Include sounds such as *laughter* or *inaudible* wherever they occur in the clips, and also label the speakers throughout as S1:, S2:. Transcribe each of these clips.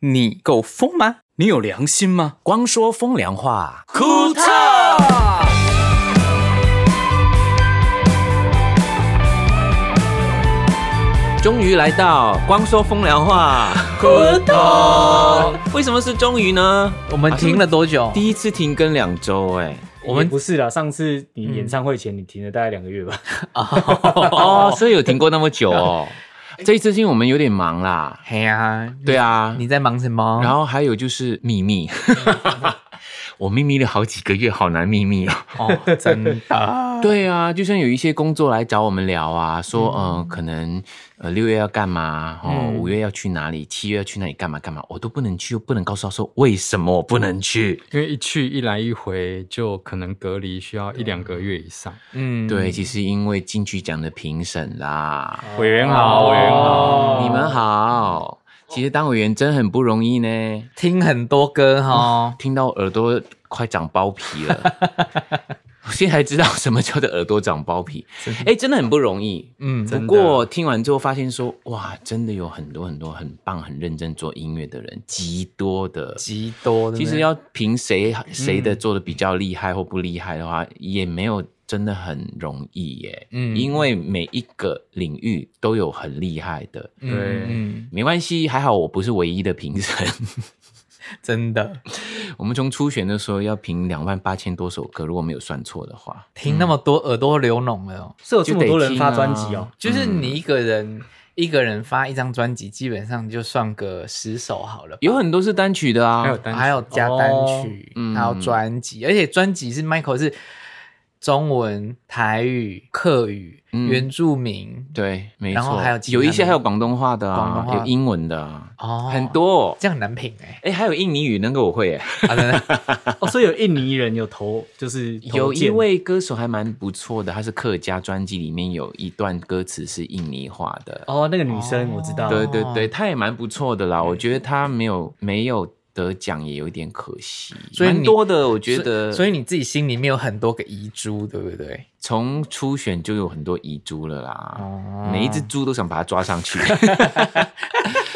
S1: 你够疯吗？你有良心吗？
S2: 光说风凉话，
S1: 库特。
S2: 终于来到光说风凉话，
S1: 库特，
S2: 为什么是终于呢？
S3: 我们停了多久？
S2: 第一次停更两周， *laughs* 哎，
S3: 我们
S4: 也不是啦，上次你
S5: 嗯
S4: 演唱会前你停了大概两个月
S5: *laughs*
S4: 吧，
S2: 哦，所以有停过那么久哦。 *laughs* 这一次是因为我们有点忙啦，
S3: 嘿呀，
S2: 对啊，
S3: 你在忙什么？
S2: 然后还有就是秘密， *laughs* 我秘密了好几个月，好难秘密哦。
S3: 哦，真
S4: *laughs*
S3: 的，
S2: 对啊，就像有一些工作来找我们聊啊，说呃，可能呃六月要干嘛，哦，
S3: 嗯
S2: 五月要去哪里，七月要去哪里干嘛干嘛，我都不能去，又不能告诉他说为什么我不能去。
S5: 因为一去一来一回就可能隔离需要一两个月以上。
S3: 嗯，
S2: 对，其实因为金曲奖的评审啦，
S5: 委员好，委员好，
S4: 哦
S2: 你们好，其实当委员真很不容易呢，
S3: 听很多歌哈，
S2: 听到耳朵快长包皮了。我现在才知道什么叫做耳朵长包皮，哎，真的很不容易。
S3: 嗯，
S5: 真
S2: 不
S5: 的
S2: 过听完之后发现说，哇，真的有很多很多很棒、很认真做音乐的人，极多的。
S3: 极多，对不
S2: 其
S3: 对
S2: 实要凭谁谁的做的比较厉害或不厉害的话，也没有真的很容易耶。
S3: 嗯
S2: 因为每一个领域都有很厉害的，
S3: 嗯
S5: 对
S3: 嗯，
S2: 没关系，还好我不是唯一的评审。 *laughs*
S3: 真的，
S2: 我们从初选的时候要评两万八千多首歌，如果没有算错的话，
S3: 听那么多耳朵流脓了哦。
S4: 是有这么多人
S2: 啊
S4: 发专辑哦，
S3: 就是你一个人一个人发一张专辑，基本上就算个十首好了吧。
S2: 有很多是单曲的啊，
S5: 还有单曲
S3: 还有加单曲，
S2: 哦
S3: 还有
S2: 嗯
S3: 专辑，而且专辑是 Michael 是中文、台语、客语、
S2: 嗯
S3: 原住民，
S2: 对，没错，
S3: 然后还有其他
S2: 有一
S3: 的
S2: 些还有广东话的
S3: 广
S2: 啊
S3: 东，话
S2: 有英文的啊，
S3: 哦
S2: 很多。
S3: 这样很难品哎、
S2: 哎，还有印尼语那个我会耶，
S3: 好 *laughs* 的，
S4: 哦，所以有印尼人有投，就是投
S2: 有一
S4: 件
S2: 位歌手还蛮不错的，他是客家专辑里面有一段歌词是印尼话的，
S4: 哦，那个女生我知道，
S2: 对对对，他也蛮不错的啦。我觉得他没有没有得奖也有一点可惜，
S3: 所以你
S2: 蛮多的。我觉得，
S3: 所以你自己心里面有很多个遗珠，对不对？
S2: 从初选就有很多遗珠了啦，
S3: 哦
S2: 每一只猪都想把它抓
S3: *laughs*
S2: 上去。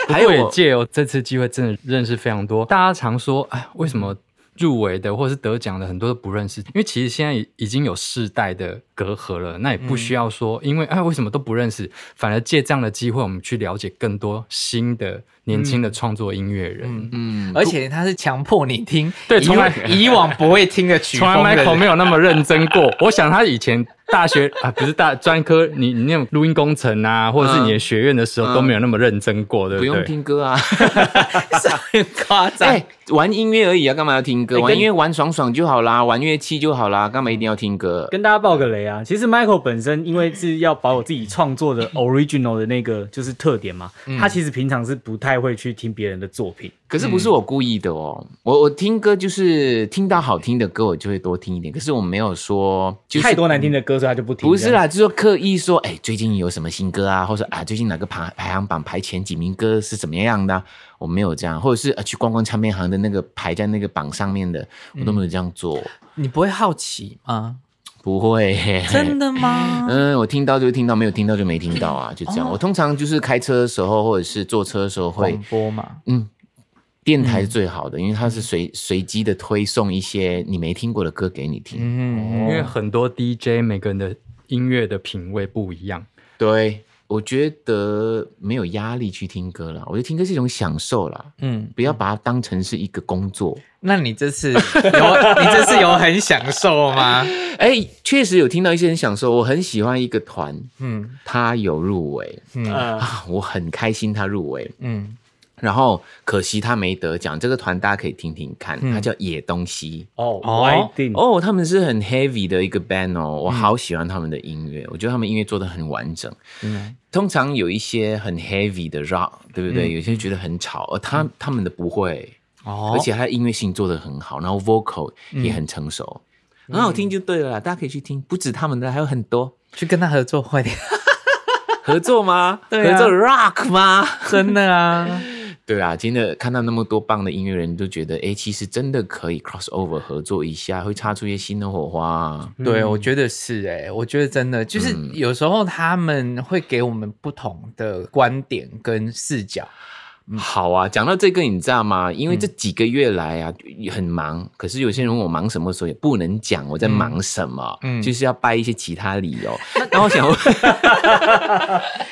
S5: 不
S2: 还
S5: 过也
S2: 有
S5: 借由这次机会，真的认识非常多。大家常说，哎，为什么入围的或是得奖的很多都不认识？因为其实现在已已经有世代的隔阂了，那也不
S4: 嗯
S5: 需要说，因为哎为什么都不认识，反而借这样的机会，我们去了解更多新的年轻的创作音乐人。
S2: 嗯，
S3: 而且他是强迫你听，
S5: 对
S3: 以
S5: 从来
S3: 以往不会听的曲
S2: 嗯
S5: 从
S3: 风
S5: 来 Michael 没
S3: 有，
S5: 有那么认真过。 *laughs* 我想他以前大学啊，不是大专科，你你那种录音工程啊，或者是你的学院的时候、都没有那么认真过，对
S2: 不用
S5: 对？
S2: 听歌啊。
S3: 很夸张。
S2: *laughs* 哎、玩音乐而已啊，干嘛要听歌？
S4: 哎
S2: 玩
S4: 跟
S2: 音乐玩爽爽就好啦，玩乐器就好啦，干嘛一定要听歌？
S4: 跟大家爆个雷啊！其实 Michael 本身因为是要把我自己创作的 original 的那个就是特点嘛，
S5: 嗯
S4: 他其实平常是不太会去听别人的作品，
S2: 可是不
S3: 嗯
S2: 是我故意的哦，我我听歌就是听到好听的歌，我就会多听一点。可是我没有说就是
S4: 太多难听的歌，所以他就不听。
S2: 不是啦，就是说刻意说，哎、最近有什么新歌啊，或者说啊，最近哪个排排行榜排前几名歌是怎么样的啊、我没有这样，或者是啊，去逛逛唱片行的那个排在那个榜上面的，我都没有这样做，
S3: 你不会好奇吗？
S2: 不会。
S3: 真的吗？哦
S2: *laughs* 嗯，我听到就听到，没有听到就没听到啊，就这样。我通常就是开车的时候，或者是坐车的时候会
S3: 广播嘛，
S2: 电
S3: 嗯
S2: 台是最好的，因为它是随随机的推送一些你没听过的歌给你听。
S3: 嗯，
S5: 因为很多 DJ 每个人的音乐的品味不一样，
S2: 对，我觉得没有压力去听歌了，我觉得听歌是一种享受啦，
S3: 嗯，
S2: 不要把它当成是一个工作。
S3: 那你这次有你这次有很享受吗？
S2: 哎，确实有听到一些人享受，我很喜欢一个团，
S3: 嗯
S2: 他有入围
S3: 嗯
S4: 呃，
S2: 啊，我很开心他入围，
S3: 嗯，
S2: 然后可惜他没得奖。这个团大家可以听听看，
S3: 嗯
S2: 它叫野东西。
S4: 哦，我一定，
S2: 哦，他们是很 heavy 的一个 band 哦，
S3: 嗯
S2: 我好喜欢他们的音乐，我觉得他们音乐做的很完整。
S3: 嗯
S2: 通常有一些很 heavy 的 rock，对不对？有些觉得很吵，而他他们的不会，
S3: 嗯哦嗯
S2: 而且他的音乐性做的很好，然后 vocal 也很成熟，很好听就对了啦。大家可以去听，不止他们的，还有很
S3: *laughs*
S2: 多
S3: 去跟他合作快点，
S2: 合作吗？
S3: 对啊
S2: 合作
S3: *laughs*
S2: rock 吗？
S3: 真的啊，
S2: 对啊，真的看到那么多棒的音乐人，都觉得哎，其实真的可以 cross over 合作一下，会擦出一些新的火花啊。
S3: 对，
S4: 嗯
S3: 我觉得是哎、我觉得真的就是有时候他们会给我们不同的观点跟视角，
S4: 嗯
S2: 好啊，讲到这个，你知道吗？因为这几个月来啊，很忙。可是有些人问我忙什么，时候也不能讲我在忙什么，
S3: 嗯嗯
S2: 就是要掰一些其他理由。那我想问，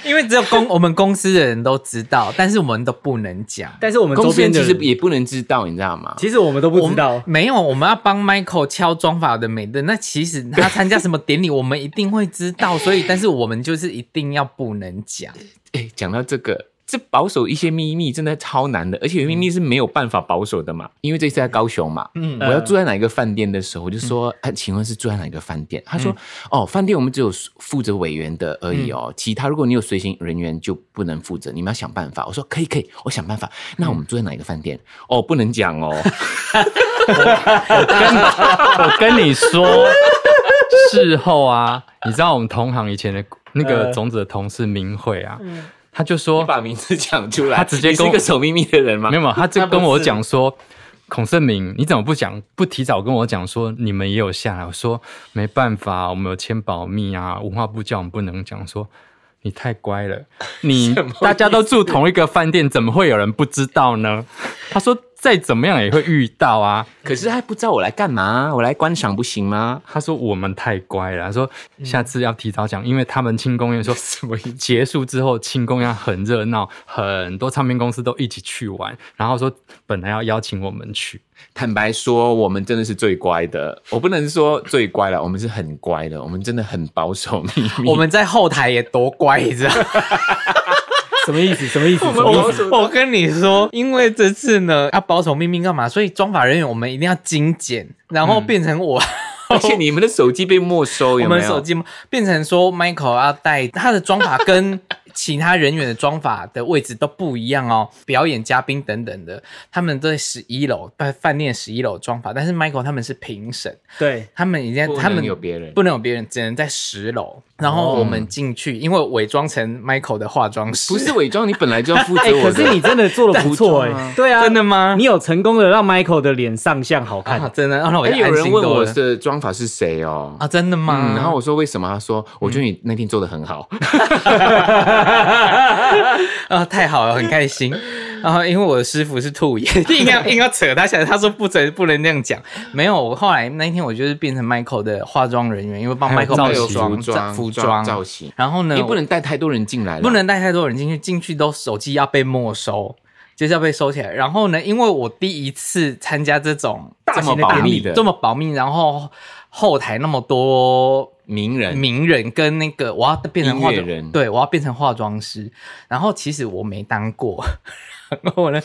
S3: 因为只有公我们公司的人都知道，但是我们都不能讲。
S4: 但是我们
S2: 公
S4: 周
S2: 司
S4: 边
S2: 人
S4: 的
S2: 其
S4: 人
S2: 实也不能知道，你知道吗？
S4: 其实我们都不知
S3: 我
S4: 道
S3: *laughs* 们，没有，我们要帮 Michael 敲妆法的美的。那其
S4: *laughs*
S3: 实他参加什么典礼，我们一定会知道。所以，但是我们就是一定要不能讲。
S2: 哎，讲到这个，这保守一些秘密真的超难的，而且秘密是没有办法保守的嘛。因为这次在高雄嘛，
S3: 嗯
S2: 我要住在哪一个饭店的时候，我就说，
S5: 嗯
S2: 啊，请问是住在哪一个饭店？他说，哦，饭店我们只有负责委员的而已哦，
S5: 嗯
S2: 其他如果你有随行人员就不能负责，你们要想办法。我说可以可以，我想办法。那
S5: 嗯
S2: 我们住在哪一个饭店？哦，不能讲哦。
S5: 我跟你说，事后啊，你知道我们同行以前的那个
S2: 嗯
S4: 呃
S5: 种子的同事明慧啊，他就说
S2: 我把名字讲出来，
S5: 他直接
S2: 你是
S5: 跟我
S2: 个守秘密的人吗
S5: 没？有，没有他就跟我讲说。孔圣明，你怎么不讲？不提早跟我讲说你们也有下来？我说没办法，我们有签保密啊，文化部叫我们不能讲。说你太乖了，你大家都住同一个饭店，怎么会有人不知道呢？他说再怎么样也会遇到啊。
S2: 可是他不知道我来干嘛，我来观赏不行吗？
S5: 他说我们太乖了，他说下次要提早讲，因为他们庆功宴说什么结束之后庆功宴很热闹，很多唱片公司都一起去玩，然后说本来要邀请我们去，
S2: 坦白说，我们真的是最乖的。我不能说最乖了，我们是很乖的，我们真的很保守秘密。
S3: 我们在后台也多乖，你知道吗？
S4: 什么意思？什么意 *laughs* 思？什么意思？
S3: 我我跟你说，因为这次呢要保守秘密干嘛？所以妆法人员我们一定要精简，然
S4: 嗯
S3: 后变成我、
S2: 而且你们的手机被没收，有
S3: 我
S2: 没
S3: 们
S2: 有？
S3: 手机嘛变成说 Michael 要带他的妆法跟其他人员的妆法的位置都不一样哦，表演嘉宾等等的，他们都在十一楼饭饭店十一楼妆法，但是 Michael 他们是评审，
S4: 对，
S3: 他们已经
S2: 不能
S3: 他们
S2: 有别人
S3: 不能有别人，只能在十楼，然后我们进去，因为伪装成 Michael 的化妆师，
S2: 不是伪装，你本来就要负责
S4: 哎、
S2: 我的。
S4: 可是你真的做的不错哎、
S2: 服装啊
S4: 对啊，
S3: 真的吗
S4: 你有成功的让 Michael 的脸上相好看，
S3: 啊，真的让我
S2: 哎、
S3: 就
S2: 有
S3: 安
S2: 人
S3: 心
S2: 问
S3: 多
S2: 我
S3: 了。
S2: 的妆法是谁哦？
S3: 啊，真的吗？
S2: 嗯，然后我说为什么？他说我觉得你那天做的很好。
S3: *laughs* 啊，太好了，很开心。然后因为我的师傅是兔爷， *laughs* 硬
S2: *laughs*
S3: 要硬要扯他下来，他说不准不能那样讲。没有，我后来那一天我就是变成 Michael 的化妆人员，因为帮
S5: 还有
S3: Michael
S5: 造
S3: 化
S5: 型
S3: 妆、
S2: 服装
S3: 服
S2: 造
S3: 装
S2: 造型
S3: 然后呢，
S2: 你不能带太多人进来了，
S3: 不能带太多人进去，进去都手机要被没收，就是要被收起来。然后呢，因为我第一次参加这种大
S2: 这么
S3: 型的
S2: 保
S3: 典
S2: 密
S3: 礼
S2: 的
S3: 这么保密，然后后台那么多
S2: 名人。
S3: 名人跟那个我要变成化
S2: 音乐
S3: 妆
S2: 人
S3: 对，我要变成化妆师。然后其实我没当过， *laughs* 然后呢，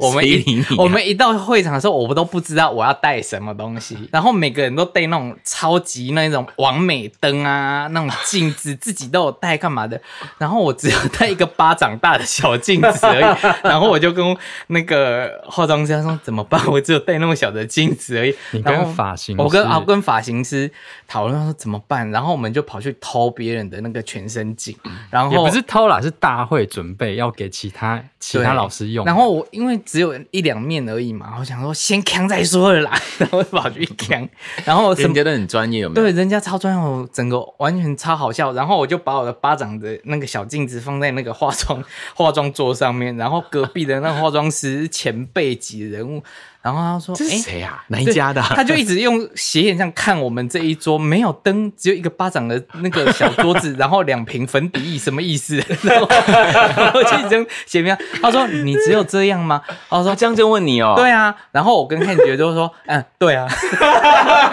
S3: 我们
S2: 谁理
S3: 一
S2: 你啊
S3: 我们一到会场的时候，我们都不知道我要带什么东西，然后每个人都带那种超级那种完美灯啊，那种镜子，自己都有带干嘛的。然后我只有带一个巴掌大的小镜子而
S2: *laughs*
S3: 已，然后我就跟那个化妆师说怎么办？我只有带那么小的镜子而已。
S5: 你跟
S3: 然后
S5: 发型
S3: 我跟啊
S5: 师
S3: 我跟发型师讨论说怎么办，然后我们就跑去偷别人的那个全身镜，然后
S5: 嗯也不是偷懒，是大会准备要给其他其他
S3: 对
S5: 老师用。
S3: 然后我因为只有一两面而已嘛，我想说先扛再说了啦， *laughs* 然后跑去扛，然后什
S2: 人
S3: 么
S2: 家都很专业，有没有？
S3: 对人家超专业，我整个完全超好笑。然后我就把我的巴掌的那个小镜子放在那个化妆 *laughs* 化妆桌上面，然后隔壁的那个化妆师前辈级人物，然后他说：“
S2: 这是
S3: 哎，
S2: 谁啊？哪一家的啊、
S3: *laughs* 他就一直用斜眼这样看我们这一桌，没有灯，只有一个巴掌的那个小桌
S2: *laughs*
S3: 子，然后两瓶粉底液，什么意思？ *laughs* 然后然后就一直这样斜面。他说：“你只有这样吗？”然后
S2: 他
S3: 说
S2: 这样就问你哦。：“
S3: 对啊。”然后我跟汉杰就说：“嗯，对啊。 *laughs*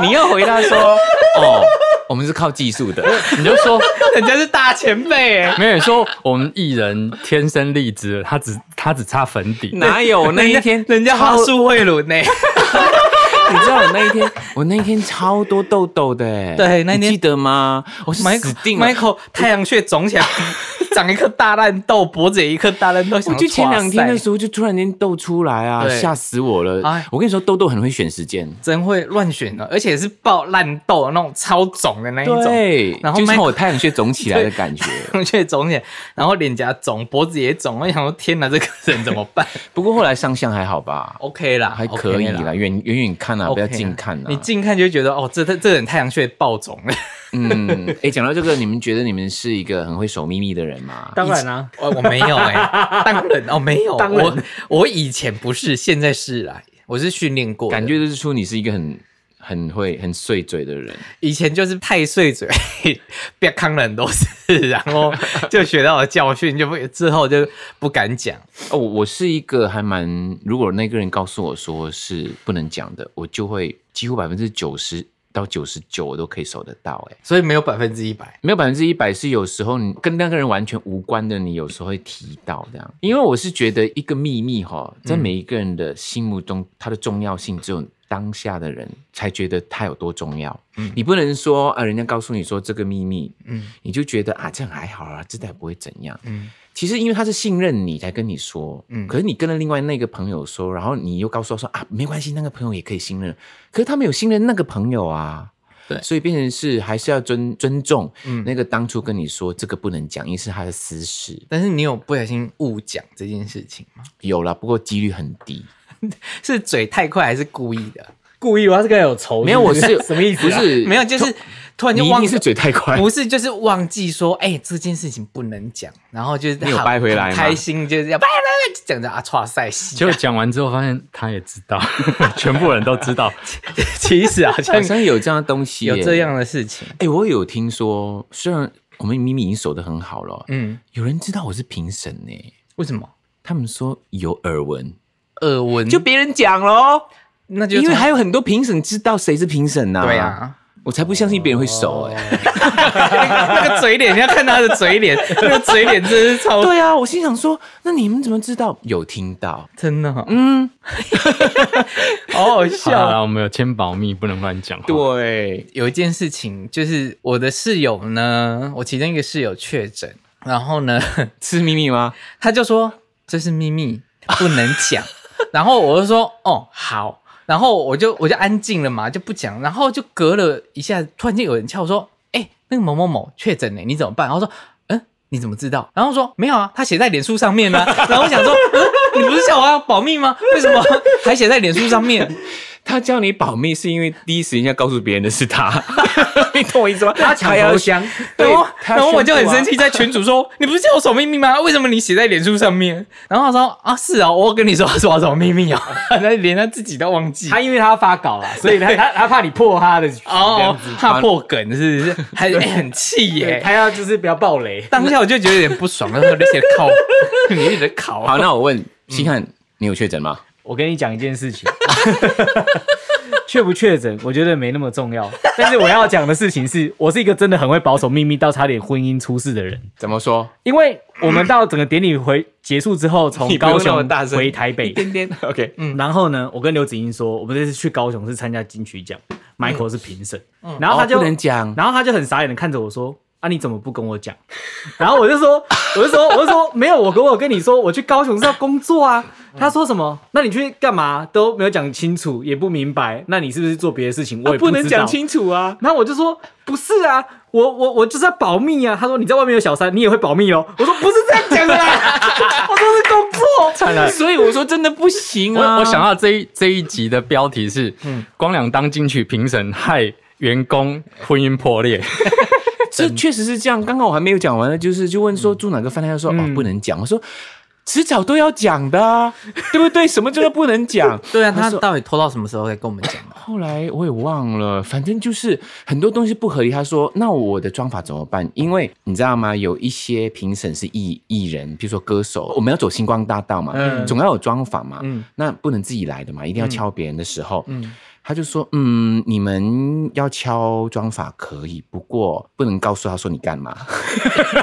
S2: 你要回答说，
S3: *laughs*
S2: 哦，我们是靠技术 *laughs* 的。
S5: 你 *laughs* 就说
S3: 人家是大前辈哎。”
S5: 没有你说我们艺人天生丽质，他只他只差粉底，
S2: 哪有那一天？
S3: 人家花束慧伦呢、
S2: 你知道我那
S3: *laughs*
S2: 一天，我那一天超多痘痘的欸。
S3: 对那一天
S2: 你记得吗？我是
S3: *laughs* Michael
S2: 死定了。
S3: Michael 太阳穴肿起来， *laughs* 长一颗大烂痘，脖子也一颗大烂痘。
S2: 我
S3: 想
S2: 就
S3: 说
S2: 前两天的
S3: 哇塞
S2: 时候就突然间痘出来啊，
S3: 对
S2: 吓死我了
S3: 哎！
S2: 我跟你说，痘痘很会选时间。
S3: 真会乱选的，哦而且是爆烂痘那种超肿的那一种。
S2: 对，
S3: 然后
S2: 就
S3: Michael-
S2: 像我太阳穴肿起来的
S3: *laughs*
S2: 感觉。
S3: 却肿起来，然后脸颊肿，脖子也肿。我想说，天哪，这个人怎么
S2: *laughs*
S3: 办
S2: 不过后来上相还好吧，
S3: ？OK 啦，
S2: 还可以
S3: OK
S2: 啦，，远远远看啊，
S3: OK
S2: 不要近看啊。
S3: 你近看就会觉得，哦，这这这人太阳穴爆肿了。
S2: 嗯，
S3: *laughs*
S2: 哎，讲到这个，你们觉得你们是一个很会守秘密的人吗？
S4: 当然
S3: *laughs*
S4: 啊啦、
S3: 我我没
S2: *laughs*
S3: 有哎、当然哦，没有，
S4: 当然
S3: 我我以前不是，现在是啦，我是训练过的，
S2: 感觉得出你是一个很很会很碎嘴的人。
S3: 以前就是太碎嘴， *laughs* 被坑了很多次，然后就学到了教训，就不之后就不敢讲。
S2: 哦，我我是一个还蛮，如果那个人告诉我说是不能讲的，我就会几乎百分之九十到九十九我都可以守得到。哎，
S3: 所以没有百分之一百。
S2: 没有百分之一百是有时候你跟那个人完全无关的，你有时候会提到这样。因为我是觉得一个秘密哈，在
S3: 嗯
S2: 每一个人的心目中，它的重要性只有。当下的人才觉得它有多重要，你不能说啊，人家告诉你说这个秘密，
S3: 嗯
S2: 你就觉得啊，这样还好啦，这代不会怎样。
S3: 嗯
S2: 其实因为他是信任你才跟你说，
S3: 嗯
S2: 可是你跟了另外那个朋友说，然后你又告诉他说啊，没关系，那个朋友也可以信任，可是他没有信任那个朋友啊，
S3: 对
S2: 所以变成是还是要尊尊重
S3: 嗯
S2: 那个当初跟你说这个不能讲，因为是他的私事，
S3: 但是你有不小心误讲这件事情吗？
S2: 有啦，不过几率很低。
S3: 是嘴太快还是故意的？
S4: 故意我他是跟他有仇，
S2: 没有，我
S4: 是 *laughs* 不
S2: 是
S4: 是什么意思、
S2: 不
S4: 啊？
S3: *laughs*
S2: 是
S3: 没有，就是突然就
S2: 你一
S3: 忘
S2: 定
S3: 记
S2: 是嘴太快，
S3: 不是就是忘记说，哎、这件事情不能讲，然后就是
S2: 你有
S3: 很
S2: 掰回来吗
S3: 很开心就是要掰掰掰，讲着啊，哇塞，
S5: 结果讲完之后发现他也知
S3: *laughs*
S5: 道，全部人都知
S4: *laughs*
S5: 道，
S3: 其实好像
S2: 好像有这样的东西
S3: *laughs*
S2: 耶，
S3: 有这样的事情，
S2: 哎、我有听说，虽然我们秘密已经守得很好了，
S3: 嗯，
S2: 有人知道我是评审呢，
S3: 为什么
S2: 他们说有耳闻，
S3: 耳闻
S2: 就别人讲喽，
S3: 那就
S2: 因为
S3: 从
S2: 还有很多评审知道谁是评审呐。
S3: 对啊，
S2: 我才不相信别人会守哎。
S3: 那个嘴脸，你要看他的嘴
S2: *laughs*
S3: 脸，那个嘴脸真是超
S2: 对啊，我心想说，那你们怎么知道？有听到，
S3: 真的、哦，
S2: 嗯，
S3: *laughs* 好好
S5: 好啦
S3: *laughs*
S5: 好
S3: 笑。
S5: 啦，我们有签保密，不能乱讲话。
S2: 对，
S3: 有一件事情就是我的室友呢，我其中一个室友确诊，然后呢，
S2: 是秘密吗？
S3: 他就说这是秘密，不能讲。 *laughs* 然后我就说哦好，然后我就我就安静了嘛，就不讲。然后就隔了一下，突然间有人敲我说，哎、那个某某某确诊了，你怎么办？然后说，嗯，你怎么知道？然后说没有啊，他写在脸书上面呢、啊。 *laughs* 然后我想说。嗯你不是叫我要保密吗？为什么还写在脸书上面？
S2: 他叫你保密是因为第一时间要告诉别人的是他，你懂我意思吗？
S4: 他抢头香，
S2: *laughs* 对
S3: 然后，
S2: 他
S3: 然后我就
S2: 宣
S3: 很
S2: 布啊
S3: 生气，在群主说：“ *laughs* 你不是叫我守秘密吗？为什么你写在脸书上面？”然后他说：“啊，是啊，我跟你说，他 *laughs* 说我守秘密哦，他连他自己都忘记。
S4: 他因为他发稿啦，所以他他他怕你破他的”
S3: 哦
S4: 哦，，
S3: 怕破梗是不是？ *laughs* 还、哎很气
S4: 对
S3: 耶、
S4: 他要就是不要暴雷。
S3: 当下我就觉得有点不爽，然后我就写 *laughs* 靠，你一直考
S2: 好，那我问西汉，你有确诊吗？
S4: 我跟你讲一件事情， *laughs* 确不确诊，我觉得没那么重要。但是我要讲的事情是，我是一个真的很会保守秘密到差点婚姻出事的人。
S2: 怎么说？
S4: 因为我们到整个典礼回结束之后，从
S2: 你不用
S4: 高
S2: 那么
S4: 雄
S2: 大声
S4: 回台
S2: *laughs*
S4: 北，
S2: 天天 OK，
S4: 然后呢，我跟刘子英说，我们这次去高雄是参加金曲奖，Michael 是评审，然后他
S2: 嗯
S4: 就、
S2: 哦不能讲
S4: 然后他就很傻眼的看着我说。啊！你怎么不跟我讲？ *laughs* 然后我就说，我就说，我就说，没有，我跟我跟你说，我去高雄是要工作啊。他说什么？那你去干嘛？都没有讲清楚，也不明白。那你是不是做别的事情？我也
S2: 啊不
S4: 知道
S2: 能讲清楚啊。
S4: 然后我就说不是啊，我我我就是要保密啊。他说你在外面有小三，你也会保密哦。我说不是这样讲的啦，我说是工
S2: *laughs*
S4: 作。
S2: 所以我说真的不行
S5: 我
S2: 啊！
S5: 我想到这一这一集的标题是
S3: 嗯
S5: “光良当金曲评审害员工婚姻破裂
S2: 这确实是这样。刚刚我还没有讲完呢，就是就问说住哪个饭店，他说、哦不能讲。我说迟早都要讲的、啊，对不对？什么叫做不能讲？
S3: 对啊，他到底拖到什么时候才跟我们讲？啊
S2: 后来我也忘了，反正就是很多东西不合理。他说：“那我的妆法怎么办？”因为你知道吗？有一些评审是艺艺人，比如说歌手，我们要走星光大道嘛，
S3: 嗯
S2: 总要有妆法嘛，那不能自己来的嘛，一定要敲别人的时候，他就说：“嗯，你们要敲妆法可以，不过不能告诉他说你干
S3: *laughs*
S2: 嘛。”
S3: *laughs*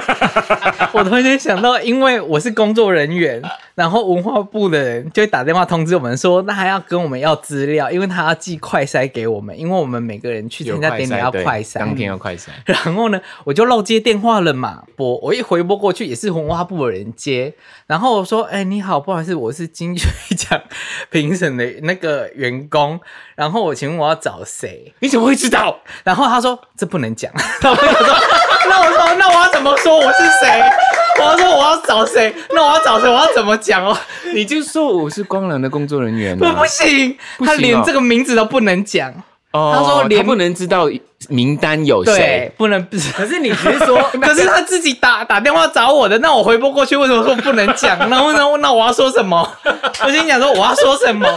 S3: 我突然间想到，因为我是工作人员，然后文化部的人就会打电话通知我们说，那还要跟我们要资料，因为他要寄快筛给我们，因为我们每个人去参加典礼要
S2: 对
S3: 快筛，
S2: 当天要快筛。
S3: *laughs* 然后呢，我就漏接电话了嘛，拨我一回拨过去也是红花部的人接，然后我说：“哎、你好，不好意思，我是金曲奖评审的那个员工，然后我请问我要找谁
S2: 你怎么会知道？？”
S3: 然后他说：“这不能讲。” *laughs* 然后我就说：“那我说那我要怎么说我是谁？我要说我要找谁？那我要找谁？我要怎么讲哦？
S2: 你就说我是光良的工作人员、
S3: 不
S2: 啊
S3: 不。行，
S2: 不
S3: 他
S2: 行哦
S3: 连这个名字都不能讲。”
S2: 哦
S3: *laughs* 他说连
S2: 不能知道名单有谁
S3: 对，，不能。
S4: 可是你只是
S3: *laughs*
S4: 说，
S3: 可是他自己打打电话找我的，那我回拨过去，为什么说不能讲？然后呢，那我要说什么？我心想说我要说什么？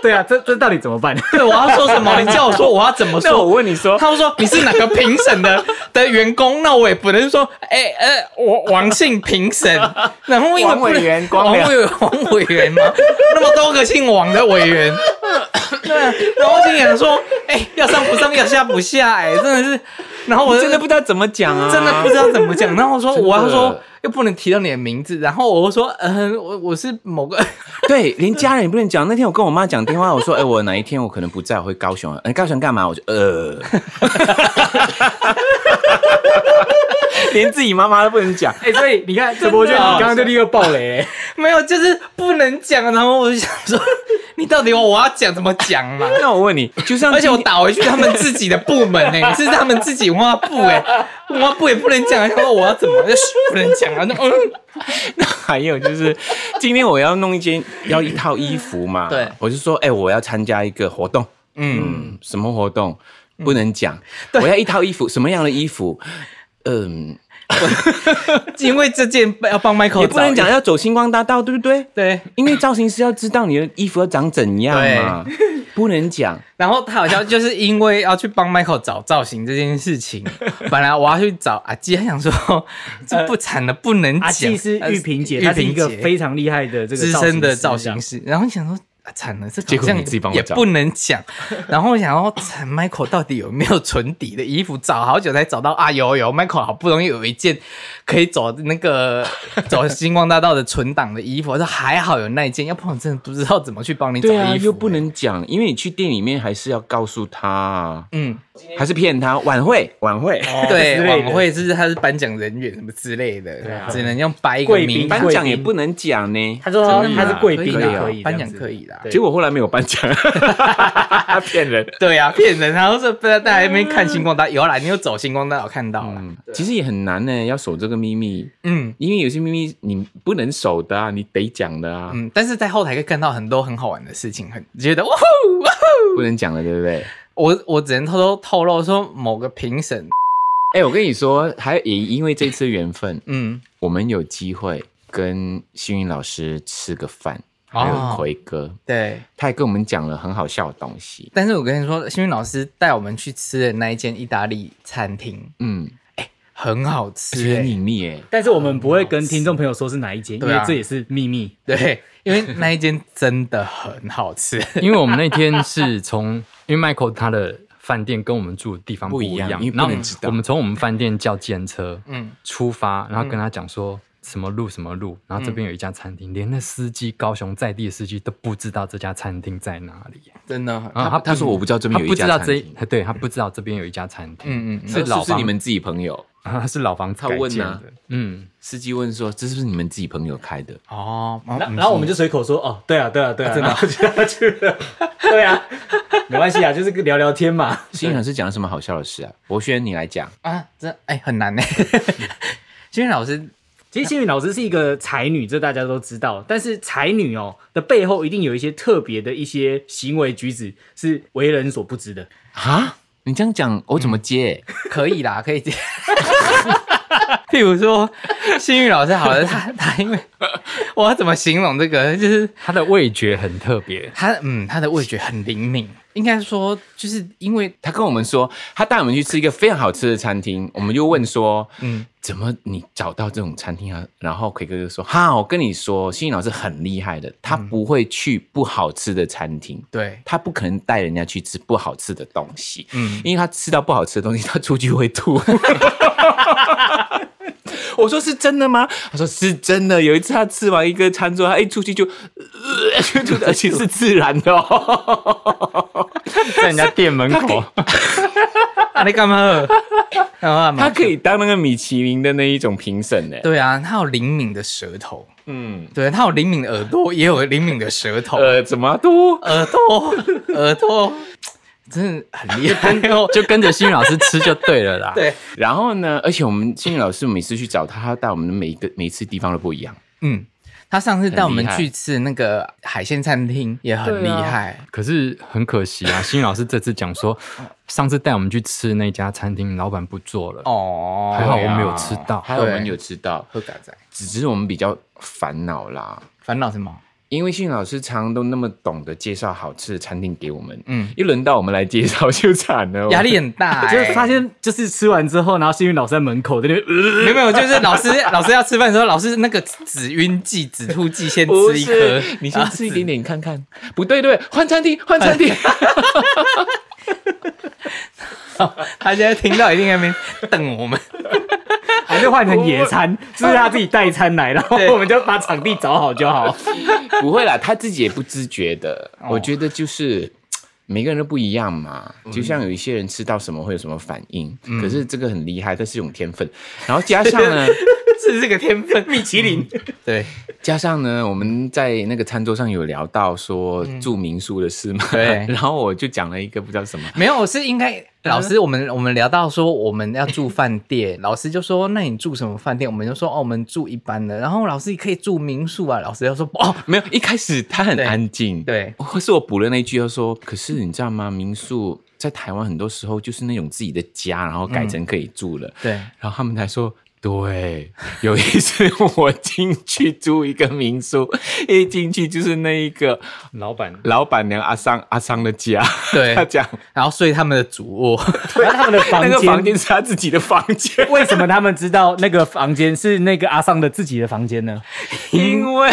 S4: 对啊，这这到底怎么办？
S3: *laughs* 对，我要说什么？你叫我说我要怎么
S2: *laughs*
S4: 那我
S3: 说？
S4: 问你说，
S3: 他们说你是哪个评审的的员工？那我也不能说，哎、呃，我王姓评
S2: *laughs*
S3: 审，然后因为
S2: 王
S3: 不能
S2: 委员光
S3: 王
S2: 良
S3: 委员王委员嘛， *laughs* 那么多个姓王的委
S2: *laughs*
S3: 员，对，啊然后我心想说，哎、要上不上，要下不下、哎，真的是，然后我
S2: 真的不知道怎么讲啊，
S3: 真的不知道怎么讲。然后我说
S2: 真的
S3: 我要说又不能提到你的名字，然后我又说嗯、呃，我我是某个，
S2: *laughs* 对，连家人也不能讲。那天我跟我妈讲电话，我说：“哎、我哪一天我可能不在，我回高雄。哎，高雄干嘛？”我就呃， *laughs* 连自己妈妈都不能讲。
S4: 哎、所以你看，哦怎么我觉得你刚刚就立刻爆雷、
S3: 没有，就是不能讲。然后我就想说， *laughs* 你到底我要讲怎么讲嘛？
S4: *laughs* 哦
S2: 那我问你，就像
S3: 而且我
S2: 今天
S3: 打回去他们自己的部门哎、是他们自己文化部哎、文化部也不能讲，他说我要怎么，就嘘不能讲啊，那嗯，
S2: 还有就是，今天我要弄一件要一套衣服嘛，
S3: 对
S2: 我就说：“哎、我要参加一个活动。”嗯，什么活动不能讲？我要一套衣服，什么样的衣服？嗯，
S3: *laughs* 因为这件要帮 Michael
S2: 也不能
S3: 找
S2: 讲要走星光大道，对不对？
S3: 对。
S2: 因为造型师要知道你的衣服要长怎样嘛，不能讲。
S3: 然后他好像就是因为要去帮 Michael 找造型这件事情，本来我要去找阿基，他想说这不惨了，不能讲。
S4: 阿纪是
S3: 呃
S4: 玉萍姐，
S3: 玉
S4: 她是一
S3: 萍
S4: 个
S3: 姐
S4: 非常厉害的这个
S3: 资深的造
S4: 师
S3: 型师，然后你想说。啊惨了，这
S2: 结
S3: 好
S2: 果
S3: 像
S2: 你自己帮我
S3: 也
S2: 找
S3: 不能讲。然后我想要，惨，Michael 到底有没有存底的衣服？找好久才找到啊，有有，Michael 好不容易有一件可以走那个走星光大道的存档的衣服，我说还好有那一件，要不然我真的不知道怎么去帮你找
S2: 对
S3: 衣服、欸
S2: 啊，又不，能讲，因为你去店里面还是要告诉他啊，
S3: 嗯，
S2: 还是骗他。
S3: *laughs*
S2: 晚会，晚会，
S3: 对
S4: 哦之，类的
S3: 晚会就是他是颁奖人员什么之类的，
S4: 对啊
S3: 只能用掰一个
S4: 贵宾
S3: 名
S4: 颁
S3: 字。
S2: 颁奖也不能讲呢。
S4: 她说她
S2: 真的
S4: 她
S2: 吗
S4: 是贵宾
S2: 可以啊
S4: 啊，可以
S3: 颁奖可以啦。
S4: 对
S2: 结果后来没有颁
S3: *laughs*
S2: 奖，骗人。
S3: 对啊，骗人！然后是不在在那边看星光大道，有啦，你有走星光大道我看到了。
S2: 嗯，其实也很难呢，要守这个秘密，
S3: 嗯
S2: 因为有些秘密你不能守的啊，你得讲的啊，
S3: 嗯，但是在后台可以看到很多很好玩的事情，很觉得哇呼哇呼！
S2: 不能讲的，对不对？
S3: 我我只能偷偷透露说某个评审，
S2: 哎，我跟你说，还也因为这次缘
S3: *laughs*
S2: 分，
S3: 嗯，
S2: 我们有机会跟幸运老师吃个饭，
S3: 哦
S2: 还有奎哥，
S3: 对。
S2: 他还跟我们讲了很好笑的东西。
S3: 但是我跟你说，幸运老师带我们去吃的那一间意大利餐厅
S2: 嗯，
S3: 很好吃、欸
S2: 很隐秘耶，
S4: 但是我们不会跟听众朋友说是哪一间，因
S3: 对啊
S4: 为这也是秘密。
S3: 对，因为那一间真的很好吃。
S2: *laughs*
S5: 因为我们那天是从，因为 Michael 他的饭店跟我们住的地方
S2: 不一
S5: 一
S2: 样
S5: 样，
S2: 因为不
S5: 然后
S2: 能知道
S5: 我们从我们饭店叫建车，
S3: 嗯
S5: 嗯，出发，然后跟他讲说什么路什么路，然后这边有一家餐
S2: 嗯
S5: 厅，连那司机高雄在地的司机都不知道这家餐厅在哪里，
S3: 真的很，
S5: 然后他
S2: 他说我不知道这
S5: 他
S2: 边有
S5: 不
S2: 一
S5: 知
S2: 家
S5: 道
S2: 餐
S5: 这
S2: 厅，，
S5: 对他不知道这边有一家餐厅，
S3: 嗯嗯嗯
S5: 是老
S2: 是
S5: 房
S2: 你们自己朋友。
S5: 啊是老房子
S2: 他
S5: 改
S2: 问
S5: 建
S2: 啊
S5: 的，嗯，
S2: 司机问说：“这是不是你们自己朋友开的
S3: 哦，
S4: 然然后我们就随口说哦，对啊，对啊，对啊，真的就要去了，对啊，没关系啊，就是聊聊天嘛。？”
S2: 幸运老师讲了什么好笑的事啊？
S3: 嗯
S2: 博轩，你来讲。
S3: 啊，这哎、很 *laughs* 难呢。金云老师，
S4: 其实幸运老师是一个才女，这大家都知道。但是才女哦的背后，一定有一些特别的一些行为举止是为人所不知的。
S2: 啊，你这样讲我怎么接？
S3: 可以啦，可以接。 *laughs* 譬如说，幸运老师好了，他他因为我要怎么形容这个？就是
S5: 他的味觉很特
S2: *laughs*
S5: 别，
S3: 他嗯，他的味觉很灵敏，应该说就是因为
S2: 他跟我们说，他带我们去吃一个非常好吃的餐厅，我们就问说：“
S3: 嗯
S2: 嗯，怎么你找到这种餐厅啊？”然后奎哥就说：“哈，我跟你说，幸运老师很厉害的，他
S3: 嗯
S2: 不会去不好吃的餐厅。”
S3: 对
S2: 他不可能带人家去吃不好吃的东西，
S3: 嗯
S2: 嗯，因为他吃到不好吃的东西， *laughs* 他出去会吐。我说是真的吗？他说是真的。有一次他吃完一个餐之后，他一哎出去就，呃、就吐，而且是自然的哦。
S5: 在人家店门口，
S3: 啊，你干嘛？干嘛
S2: 他
S3: 嘛？
S2: 可以当那个米其林的那一种评审呢。
S3: *laughs* 对啊，他有灵敏的舌头，
S2: 嗯，
S3: 对他有灵敏的耳朵，也有灵敏的舌 *laughs* 头。
S2: 呃，怎么都
S3: 耳朵，耳朵，真的很厉害哦。
S5: 就跟着幸运老师吃就对了
S2: *laughs*
S5: 啦，
S3: *laughs* 对，
S2: 然后呢？而且我们心理老师每次去找他，他带我们的每一个每一次地方都不一样。
S3: 嗯，他上次带我们
S2: 很厉害
S3: 去吃那个海鲜餐厅也很厉
S5: 对啊
S3: 害，
S5: 可是很可惜
S3: *laughs*
S5: 啊，新老师这次讲说，上次带我们去吃那家餐厅，老板不做了，
S3: 哦，
S5: 还好
S2: 对
S5: 我
S2: 啊
S5: 们有吃到。
S2: 还有我们
S3: 对
S2: 有知道，
S3: 喝嘎仔，
S2: 只是我们比较烦恼啦，
S3: 烦恼什么？
S2: 因为信老师常常都那么懂得介绍好吃的餐厅给我们，
S3: 嗯，
S2: 一轮到我们来介绍就惨了，哦
S3: 压力很大、欸，
S4: 就是发现就是吃完之后，然后幸运老师在门口在那边，呃
S3: 没有没有，就是老师老师要吃饭的时候，老师那个止晕剂、止吐剂先
S2: 不
S3: 吃一颗
S2: 是，，你先吃一点点看看，
S3: 啊
S2: 不对对，换餐厅，换餐厅，
S3: 哎他现在听到一定在那边瞪我们。
S4: 呃还是换成野餐，就是他自己带餐来，然后
S3: 对
S4: 我们就把场地找好就好。
S2: *laughs* 不会啦，他自己也不自觉的。
S3: 哦
S2: 我觉得就是每个人都不一样嘛，
S3: 嗯
S2: 就像有一些人吃到什么会有什么反应，可是这个很厉害，这是一种天分。然后加上
S3: *laughs*
S2: 呢，
S3: 是这个天分，米其林。对
S2: 加上呢，我们在那个餐桌上有聊到说住民宿的事嘛，
S3: 嗯对
S2: *laughs* 然后我就讲了一个不知道什么，
S3: 没有，我是应该老师，我们我们聊到说我们要住饭店，老师就说那你住什么饭店？我们就说哦，我们住一般的。然后老师你可以住民宿啊，老师就说哦，
S2: 没有，一开始他很
S3: 对
S2: 安静，
S3: 对
S2: 或是我补了那一句，他说：“可是你知道吗？民宿在台湾很多时候就是那种自己的家，然后改成可以住了。
S3: 嗯对，
S2: 然后他们才说：“对，有一次我进去住一个民宿， *laughs* 一进去就是那一个
S5: 老板
S2: 老板娘阿桑阿桑的家。
S3: 对
S2: 他讲
S3: 然后睡他们的主卧，
S4: 然后他们的
S2: 那个
S4: 房
S2: 房
S4: 间，
S2: 间是他自己的房间，
S4: 为什么他们知道那个房间是那个阿桑的自己的房间呢？
S2: 因为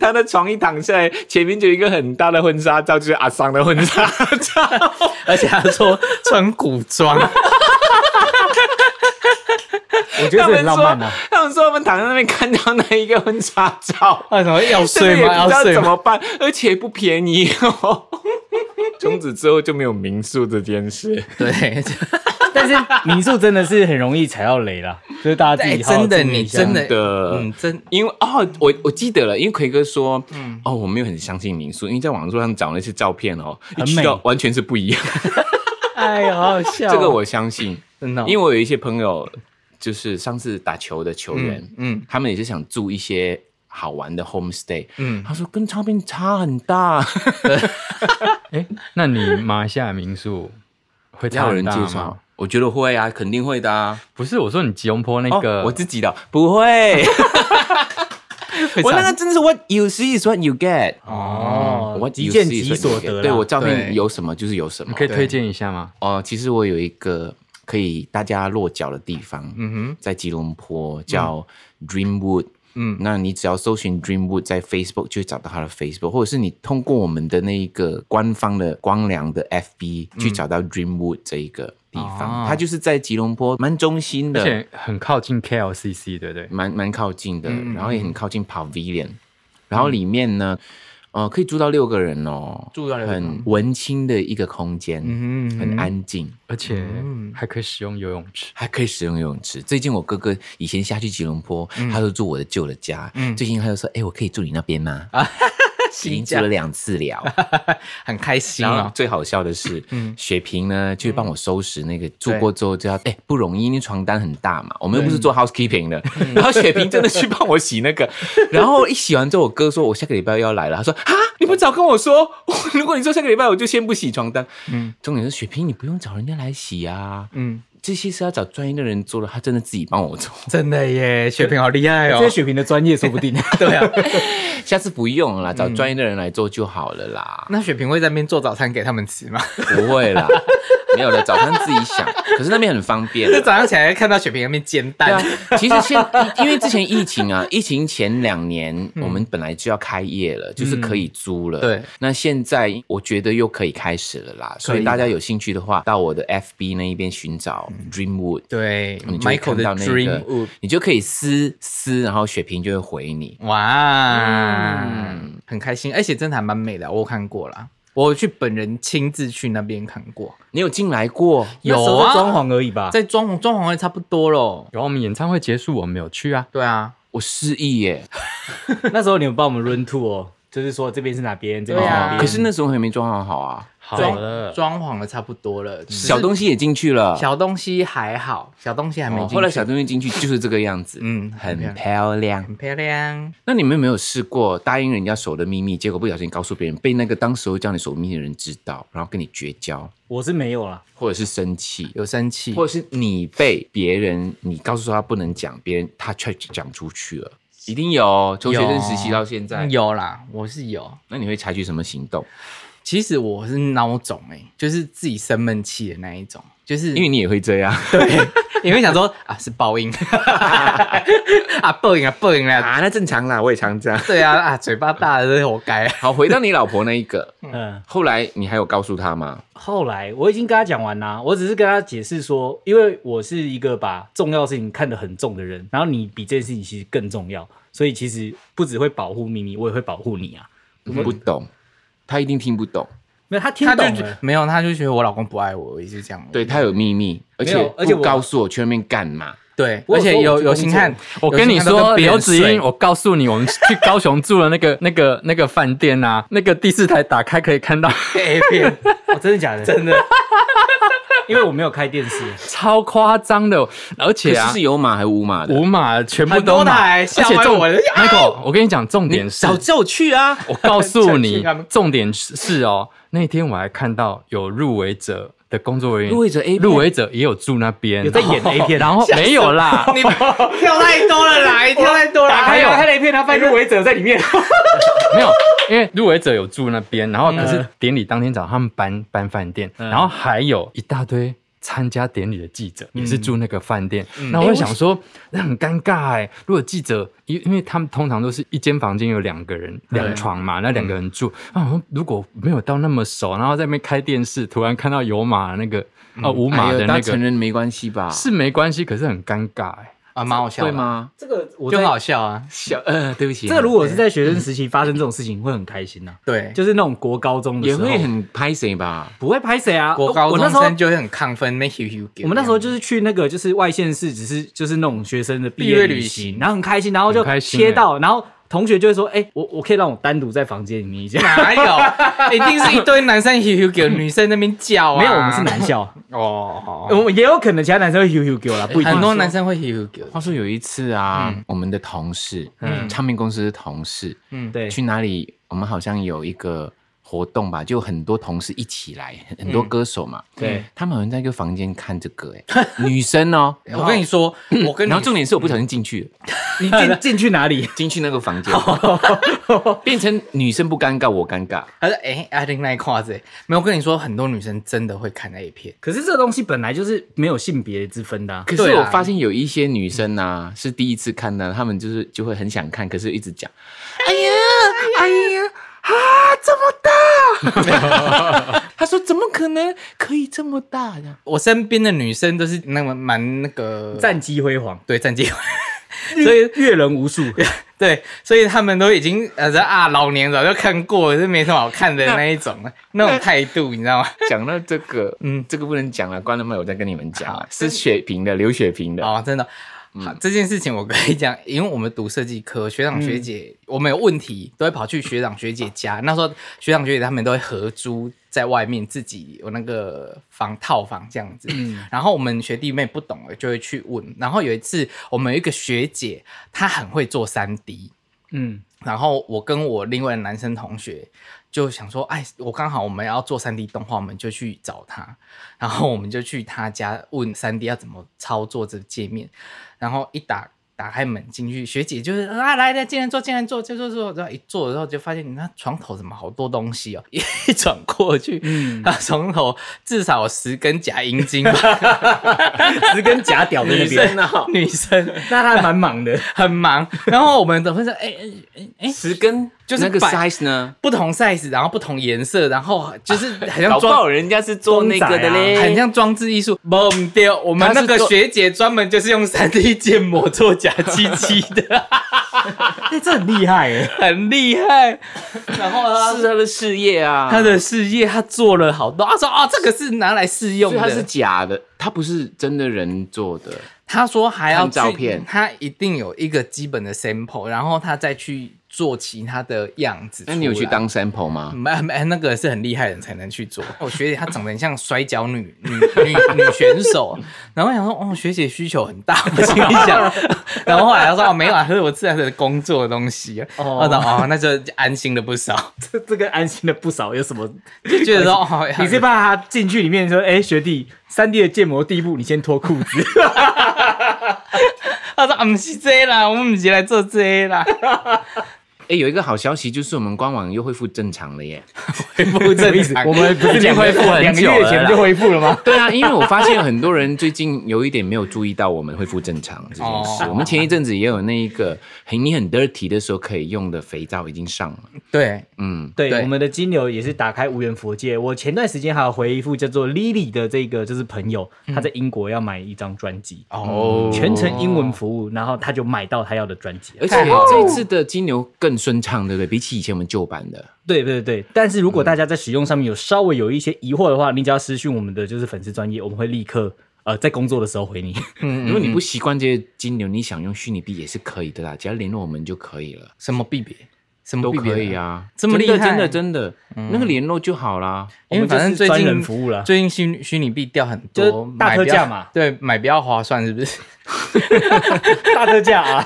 S2: 他的床一躺下来，前面就有一个很大的婚纱照，就是阿桑的婚纱照。
S3: 而且他说穿古装，
S4: 我觉得
S2: 他
S4: 这
S2: 们
S4: 很浪
S2: 说，
S4: 漫啊。
S2: 他们说我们躺在那边看到那一个婚纱照，
S3: 为什么要
S2: 真的
S3: 睡
S2: 也
S3: 吗？
S2: 不知
S3: 要
S2: 道
S3: 睡 *laughs*
S2: 怎
S3: 吗？
S2: 么办，而且不便宜哦。 *laughs* 从此之后就没有民宿这件事。
S3: 对，
S4: 但是民宿真的是很容易踩到雷啦，就是大家自
S3: 哎，
S4: 己好好
S3: 真的
S4: 注意
S3: 你
S4: 一下
S3: 真的
S2: 真的
S3: 嗯真
S2: 因为哦，我我记得了，因为奎哥说，哦，我没有很相信民宿，因为在网络上找那些照片哦，一
S4: 很
S2: 去
S4: 美
S2: 到完全是不一样。
S4: 哎呀，好好笑哦。
S2: 这个我相信，
S3: 真的哦，
S2: 因为我有一些朋友，就是上次打球的球员，
S3: 嗯嗯
S2: 他们也是想住一些好玩的 homestay，
S3: 嗯
S2: 他说跟唱片差很大，
S5: 哎、那你马来西亚民宿
S2: 要
S5: 会差
S2: 有
S5: 很
S2: 人
S5: 大
S2: 介
S5: 吗
S2: 绍？，我觉得会啊，肯定会的啊。
S5: 不是，我说你吉隆坡那
S2: 哦、
S5: 个，
S2: 我自己的不会，
S3: 会
S2: 我那
S3: 唱
S2: 个真的是 what you see is what you get。嗯
S4: 哦
S2: What
S4: 极
S2: you
S4: 见
S2: see
S4: 即
S2: is what you
S4: 所
S2: get
S4: 得啦。啊
S2: 对我照片
S3: 对
S2: 有什么就是有什么
S5: 你。可以
S3: 对
S5: 推荐一下吗？
S2: 哦，其实我有一个可以大家落脚的地方，
S3: 嗯哼，
S2: 在吉隆坡叫 Dreamwood。
S3: 嗯
S2: 那你只要搜寻 Dreamwood 在 Facebook 就会找到它的 Facebook，或者是你通过我们的那一个官方的光良的 FB 去找到 Dreamwood 这一个地方，
S3: 哦
S2: 它就是在吉隆坡蛮中心的，
S5: 而且很靠近 KLCC，对不对？
S2: 蛮蛮靠近的，
S3: 嗯嗯
S2: 然后也很靠近 Pavilion，然后里面呢，呃，可以住到六个人哦，
S3: 住到六个人
S2: 很文青的一个空间，
S3: 嗯哼嗯哼
S2: 很安静。
S5: 而且还可以使用游泳池。
S2: 还可以使用游泳池。最近我哥哥以前下去吉隆坡，
S3: 嗯
S2: 他都住我的旧的家。最近他就说：“哎、我可以住你那边吗？”啊，已经住了两次了。
S3: 很开心
S2: 然后
S3: 啊，嗯
S2: 最好笑的是，雪萍呢就帮我收拾那个住
S3: 对
S2: 过之后就要，哎、不容易，因为床单很大嘛，我们又不是做 housekeeping 的。
S3: 嗯
S2: *laughs* 然后雪萍真的去帮我洗那
S3: *laughs*
S2: 个，然后一洗完之后，我哥说我下个礼拜要来了，他说啊，你不早跟我说， *laughs* 如果你说下个礼拜，我就先不洗床单。嗯，重点是雪萍，你不用找人家来洗啊。
S3: 嗯，
S2: 这些是要找专业的人做的，他真的自己帮我做， *laughs*
S3: 真的耶，雪萍好厉害哦
S4: 这，是雪萍的专业，说不定。
S3: 对啊，
S2: 下次不用了
S3: 嗯
S2: 啦，找专业的人来做就好了啦。
S3: 那雪萍会在那边做早餐给他们吃吗？ *laughs*
S2: 不会啦，没有了，早餐自己想。可是那边很方便
S3: 就。早上起来看到雪萍在那边煎
S2: 对
S3: 蛋
S2: 啊， *laughs* 其实现因为之前疫情啊， *laughs* 疫情前两年我们本来就要开业了，就是可以租
S3: 嗯
S2: 了。
S3: 对，啊
S2: 那现在我觉得又可以开始了啦，所以大家有兴趣的话，到我的 FB 那一边寻找 Dreamwood。
S3: 嗯对
S2: 你就会
S3: ，Michael
S2: 看
S3: 的
S2: 到那
S3: Dream
S2: 个
S3: Wood，，
S2: 你就可以撕撕，然后雪萍就会回你。
S3: 哇
S2: 嗯，
S3: 很开心，而且真的还蛮美的，我有看过啦，我去本人亲自去那边看过，
S2: 你有进来过？
S3: *laughs* 有
S4: 那时候在装
S3: 啊，
S4: 潢而已吧。
S3: 在装潢装潢也差不多咯。
S5: 啊然后我们演唱会结束，我们有去啊。
S3: 对啊，
S2: 我失忆耶。
S4: *laughs* 那时候你们帮我们 run tour，哦就是说这边是哪边，这边是
S3: 对啊
S4: 哪边。
S2: 可是那时候还没装潢好啊，
S5: 好
S3: 装
S5: 了，
S3: 装潢的差不多了，只是
S2: 小东西也进去了，
S3: 小东西还好，小东西还没
S2: 哦
S3: 进去。
S2: 后来小东西进去就是这个样子，
S3: 嗯
S2: 很
S3: 很漂亮
S2: 漂亮。
S3: 很漂亮，
S2: 那你们有没有试过答应人家守的秘密，结果不小心告诉别人，被那个当时候叫你守秘密的人知道，然后跟你绝交，
S4: 我是没有啦，
S2: 或者是生气，
S3: 有生气，
S2: 或者是你被别人你告诉他不能讲，别人他却讲出去了，一定有。从学生时期到现在，
S3: 有啦，我是有。
S2: 那你会采取什么行动？
S3: 其实我是孬种哎、就是自己生闷气的那一种，就是
S2: 因为你也会 *laughs* 这样，
S3: *laughs* 你会想说啊是报应 *laughs* 啊报应啊报应啊，
S2: 啊，那正常啦，我也常这样。
S3: 对啊啊嘴巴大的是活该。啊
S2: 好，回到你老婆那一个，
S4: 嗯。
S2: 后来你还有告诉她吗？
S4: 后来我已经跟他讲完啦，我只是跟他解释说，因为我是一个把重要事情看得很重的人，然后你比这件事情其实更重要，所以其实不只会保护秘密，我也会保护你啊。
S2: 不懂，她一定听不懂。
S4: 没有，他听
S3: 他就
S4: 懂
S3: 觉
S4: 了。
S3: 没有，他就觉得我老公不爱我，也是这样。
S2: 对她有秘密，而
S4: 没
S2: 且
S4: 有而且
S2: 不
S4: 我
S2: 告诉我去那边干嘛？
S3: 对，
S4: 我
S3: 而
S4: 有
S3: 且
S4: 说我
S3: 有
S4: 去
S3: 有
S4: 工
S3: 星
S4: 作
S3: 汉，
S5: 我跟你说，刘子英，我告诉你，我们去高雄住的那个 *laughs* 那个那个饭店啊，那个第四台打开可以看到 *laughs*
S3: A 片，
S4: *laughs* 哦，真的假的？真的， *laughs* 因为我没有开电视。
S5: 超夸张的，而
S2: 可
S5: 且
S2: 是
S5: 啊，
S2: 是有码还是无码的？
S5: 五码全部
S3: 很
S5: 都
S3: 多
S5: 码，而
S3: 台，吓
S5: 且
S3: 坏
S5: 重
S3: 我了。
S5: Michael，我跟你讲，重点是
S3: 早叫我去 *laughs* 啊！
S5: 我告诉
S3: 趁
S5: 你
S3: 虚他们，
S5: 重点是哦，那天我还看到有入围者的工作人员，
S2: 入围者 A 片
S5: 入围者也有住那边，
S4: 有在
S5: *laughs*
S4: 演 A 片
S5: 然后没有啦，
S3: 你跳太多了啦，你跳太多了啦。
S5: 还有
S4: 他那一片，他犯入围者在里面。
S5: 没有，因为入围者有住那边，然后可是典礼当天早上他们搬搬饭店，然后还有一大堆。参加典礼的记者也是住那个饭店，那我就想说，那很尴尬哎。如果记者，因因为他们通常都是一间房间有两个人两床嘛，那两个人住，啊，我说如果没有到那么熟，然后在那边开电视，突然看到有马那个哦无马
S2: 哎呦
S5: 的那
S2: 当成
S5: 个
S2: 人没关系吧？
S5: 是没关系，可是很尴尬哎。
S3: 啊，蛮好笑的
S2: 会？吗？
S4: 这个我
S3: 就
S4: 在
S3: 很好笑啊，
S2: 小呃，对不起啊，
S4: 这个如果是在学生时期发生这种事情，会很开心呐、啊
S3: 对，
S4: 就是那种国高中的
S2: 也
S4: 时候，
S2: 会很拍谁吧？
S4: 不会拍谁啊？
S3: 国高
S4: 我那
S3: 中
S4: 时候
S3: 生就会很亢奋，那 h 咻。
S4: 我们那时候就是去那个就是外县市，只是就是那种学生的毕
S3: 毕
S4: 业
S3: 业
S4: 旅
S3: 旅
S4: 行，
S3: 行
S4: 然后很开心，然欸后就
S5: 很开心
S4: 切到，然后同学就会说：“哎、我我可以让我单独在房间里面一啊下。
S3: 哪有？一定是一堆男生 h 咻给女生那边叫啊。
S4: 没有，我们是男 *laughs* 校，
S3: 哦，
S4: 我们也有可能其他男生会悠悠给我啦，不一定。啊
S3: 很多男生会 h 咻给。
S2: 话说有一次啊，我们的同事，嗯，唱片公司的同事，
S3: 嗯，
S4: 对
S2: 去哪里？我们好像有一个活动吧，就很多同事一起来，很很多歌手嘛，
S4: 对，
S2: 他们好像在一个房间看这个，哎，女生哦，
S3: 我跟你说，我跟你
S2: 然后重点是我不小心进去了，
S4: 你进 *laughs* 进去哪里？
S2: 进去那个房间，变成女生不尴尬，我尴尬。
S3: 他说：“哎、阿玲那一块子，没有我跟你说，很多女生真的会看 A 片，
S4: 可是这东西本来就是没有性别之分的、啊。
S2: 可是我发现有一些女生啊，是第一次看的，她们就是就会很想看，可是一直讲，哎呀，哎呀，啊，这么大！ *laughs* 她说怎么可能可以这么大这样
S3: 我身边的女生都是那么蛮那个
S4: 战绩辉煌，
S3: 对战绩， *laughs*
S4: 所以阅人无数。
S3: 对，所以他们都已经呃啊老年早就看过了，是没什么好看的那一种了，那种态度你知道吗？
S2: 讲到这个，嗯，这个不能讲了，关了麦，我再跟你们讲啊，是雪萍的，刘雪萍的，
S3: 哦，真的。好，这件事情我跟你讲， *laughs* 因为我们读设计科，学长学姐、我们有问题都会跑去学长学姐家。那时候学长学姐他们都会合租在外面，自己有那个房套房这样子。然后我们学弟妹不懂了就会去问。然后有一次，我们有一个学姐，她很会做三 D，
S4: 嗯，
S3: 然后我跟我另外的男生同学就想说，哎，我刚好我们要做三 D 动画，我们就去找他，然后我们就去他家问三 D 要怎么操作这个界面，然后一打打开门进去，学姐就是啊，来来，进来坐，进来坐，坐坐坐，然后一坐的时候就发现你那床头怎么好多东西哦， *laughs* 一转过去，嗯，他床头至少有十根假阴茎吧，
S4: 十根假屌在 *laughs* 那边，
S3: 啊，女生
S4: 那他还蛮忙的。 *laughs*
S3: 很忙，然后我们怎么说，哎哎哎哎，
S2: 十根
S3: 就是
S2: 那个
S3: 摆
S2: size 呢，
S3: 不同 size，然后不同颜色，然后就是很像
S2: *laughs* 搞不好啊
S3: 装，
S2: 人家是做那个的
S4: 公
S2: 嘞，
S3: 很像装置艺术。不对，我们那
S2: 他是
S3: 个
S2: 做
S3: 学姐专门就是用三 D 建模做假鸡鸡的，
S4: 哎、这很厉害哎、
S3: 很厉害。然后呢，
S2: 是她的事业啊，
S3: 他的事业他做了好多，他说啊，这个是拿来试用
S2: 所以它是
S3: 的。
S2: 假的，它不是真的人做的。
S3: 他说还要
S2: 看照
S3: 去
S2: 片
S3: 他一定有一个基本的 sample，然后他再去做其他的样子出
S2: 那
S3: 来。
S2: 你有去当 sample 吗？
S3: 没没，哎那个是很厉害的人才能去做。我学姐她长得很像摔跤女女女女选手，然后我想说，哦，学姐需求很大，我心里想。 *laughs* 然后后来她说，哦，没有啊，这是我自然的工作的东西啊。
S4: 哦
S3: 我想，哦，那就安心了不
S4: *laughs*
S3: 少，
S4: *laughs* 这这个安心了不少，有什么？
S3: 就觉得说， *laughs* 哦，
S4: 你是怕他进去里面说，哎、学弟，三 D 的建模第一步，你先脱裤 *laughs* 子。
S3: 她说，啊，不是这个啦，我们不是来做这个
S4: *laughs*
S3: 啦，
S2: 哎，有一个好消息就是我们官网又恢复正常了耶！
S3: 不 *laughs* 正
S4: 思
S3: 常。
S5: 我们不是已经恢复
S4: 两
S5: 很
S4: 个
S5: 久
S4: 月
S5: 了
S4: 前
S5: 啦
S4: 就恢复了吗？
S2: 对啊，因为我发现很多人最近有一点没有注意到我们恢复正常这件事。
S3: 哦
S2: 我们前一阵子也有那一个很你很 dirty 的时候可以用的肥皂已经上了，
S3: 对，
S2: 嗯，
S4: 对，
S3: 对
S4: 我们的金流也是打开无缘佛界。我前段时间还有回一副叫做 Lily 的这个就是朋友，他在英国要买一张专辑，
S2: 哦
S4: 全程英文服务，然后他就买到他要的专辑了。
S2: 而且这一次的金牛更顺畅，对不对？比起以前我们旧版的，
S4: 对对对，但是如果大家在使用上面有稍微有一些疑惑的话，你只要私讯我们的就是粉丝专业，我们会立刻呃在工作的时候回你。
S3: 嗯
S2: 如果你不习惯这些金牛，你想用虚拟币也是可以的啦，只要联络我们就可以了，
S3: 什么币别，什
S2: 都
S3: 么币别
S2: 可以。啊，
S3: 这么厉害嗯
S2: 真的真的真的，那个联络就好啦。
S3: 因为反正最
S4: 我们就是专
S3: 近
S4: 人服务啦
S3: 最近虚虚拟币掉很
S4: 就
S3: 多，
S4: 是大
S3: 买
S4: 特
S3: 比较
S4: 价嘛
S3: 对，买比较划算，是不 *laughs* 是？
S4: *laughs* 大特价啊！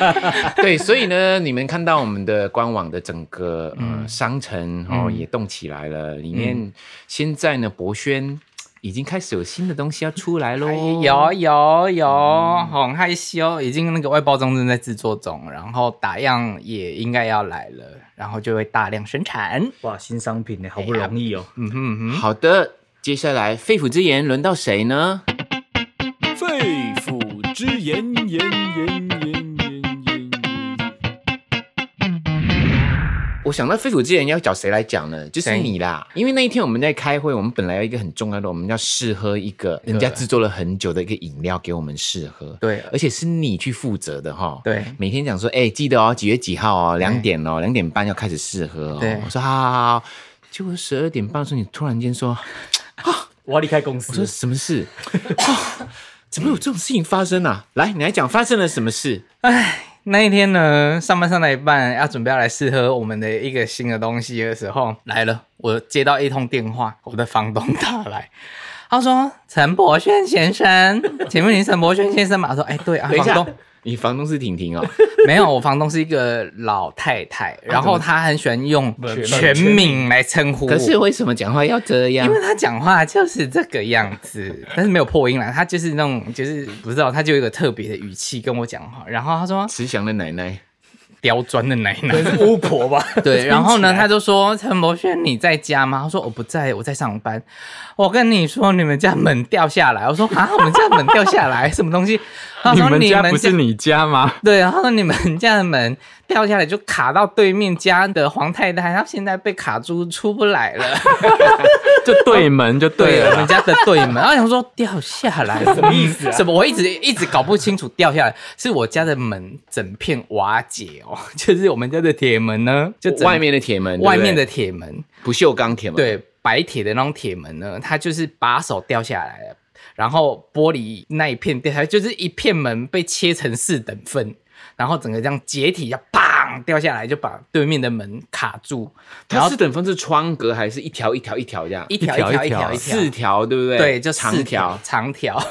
S2: *laughs* 对，所以呢，你们看到我们的官网的整个呃商城哦也动起来了，里面现在呢博轩已经开始有新的东西要出来
S3: 哎
S2: 喽，
S3: 有有有，很害羞，已经那个外包装正在制作中，然后打样也应该要来了，然后就会大量生产。
S4: 哇，新商品呢，好不容易哦。
S3: 嗯哼嗯哼，
S2: 好的，接下来肺腑之言轮到谁呢？
S1: 肺腑之言，言言言言言言。
S2: 我想到肺腑之言要找谁来讲呢？就是
S3: 谁
S2: 你啦，因为那一天我们在开会，我们本来有一个很重要的，我们要试喝一个人家制作了很久的一个饮料给我们试喝，
S3: 对
S2: 而且是你去负责的哈，
S3: 对
S2: 每天讲说，哎、记得哦，几月几号哦，两点哦，两点半要开始试喝哦，
S3: 对
S2: 我说好好好好，结果十二点半的时候，你突然间说，
S4: 我要离开公
S2: 我说
S4: 司，
S2: 什么事？哦怎么有这种事情发生啊？来，你来讲发生了什么事？
S3: 那一天呢，上班上到一半，要准备要来试喝我们的一个新的东西的时候，来了，我接到一通电话，我的房东打来。他说：“陈柏轩先生，请问您陈柏轩先生吗？”我说：“哎、对啊，
S2: 等一
S3: 房
S2: 下
S3: 东。”，
S2: 你房东是婷婷哦，
S3: 没有，我房东是一个老太太，然后她很喜欢用全名来称呼我。
S2: 可是为什么讲话要这样
S3: 因？为她讲话就是这个样子，但是没有破音啦，她就是那种就是不知道，她就有一个特别的语气跟我讲话。然后她说
S2: 慈祥的奶奶。
S3: 刁钻的奶奶，
S4: 是巫婆吧？
S3: *laughs* 对，然后呢，她就说陈柏轩你在家吗？她说我不在，我在上班。我跟你说，你们家门掉下来。我说啊，我们家门掉下来，什么东西？她
S5: 你
S3: 说
S5: 们家不
S3: 家
S5: 是你家吗？
S3: *laughs* 对，然后你们家的门掉下来就卡到对面家的黄太太，她现在被卡住出不来了。
S5: 就对门就对
S3: 我
S5: 了
S3: 们
S5: 啦。
S3: 家的 *laughs* 对啊门，然后想说掉下来什么意思、什啊么？我一直一直搞不清楚掉下来是我家的门整片瓦解哦， *laughs* 就是我们家的铁门呢，就整
S2: 外面的铁门，对不对
S3: 外面的铁门，
S2: 不锈钢铁门，，
S3: 对，白铁的那种铁门呢，它就是把手掉下来了，然后玻璃那一片掉下来，就是一片门被切成四等份，然后整个这样解体，要砰掉下来，就把对面的门卡住，然
S2: 它
S3: 后
S2: 是等分是窗格还是一条一条一条这样？
S3: 一条
S5: 一条
S3: 条
S5: 一条
S3: 条一
S2: 四条对不对？
S3: 对，就
S2: 长
S3: 四
S2: 条。
S3: 长条。 *laughs*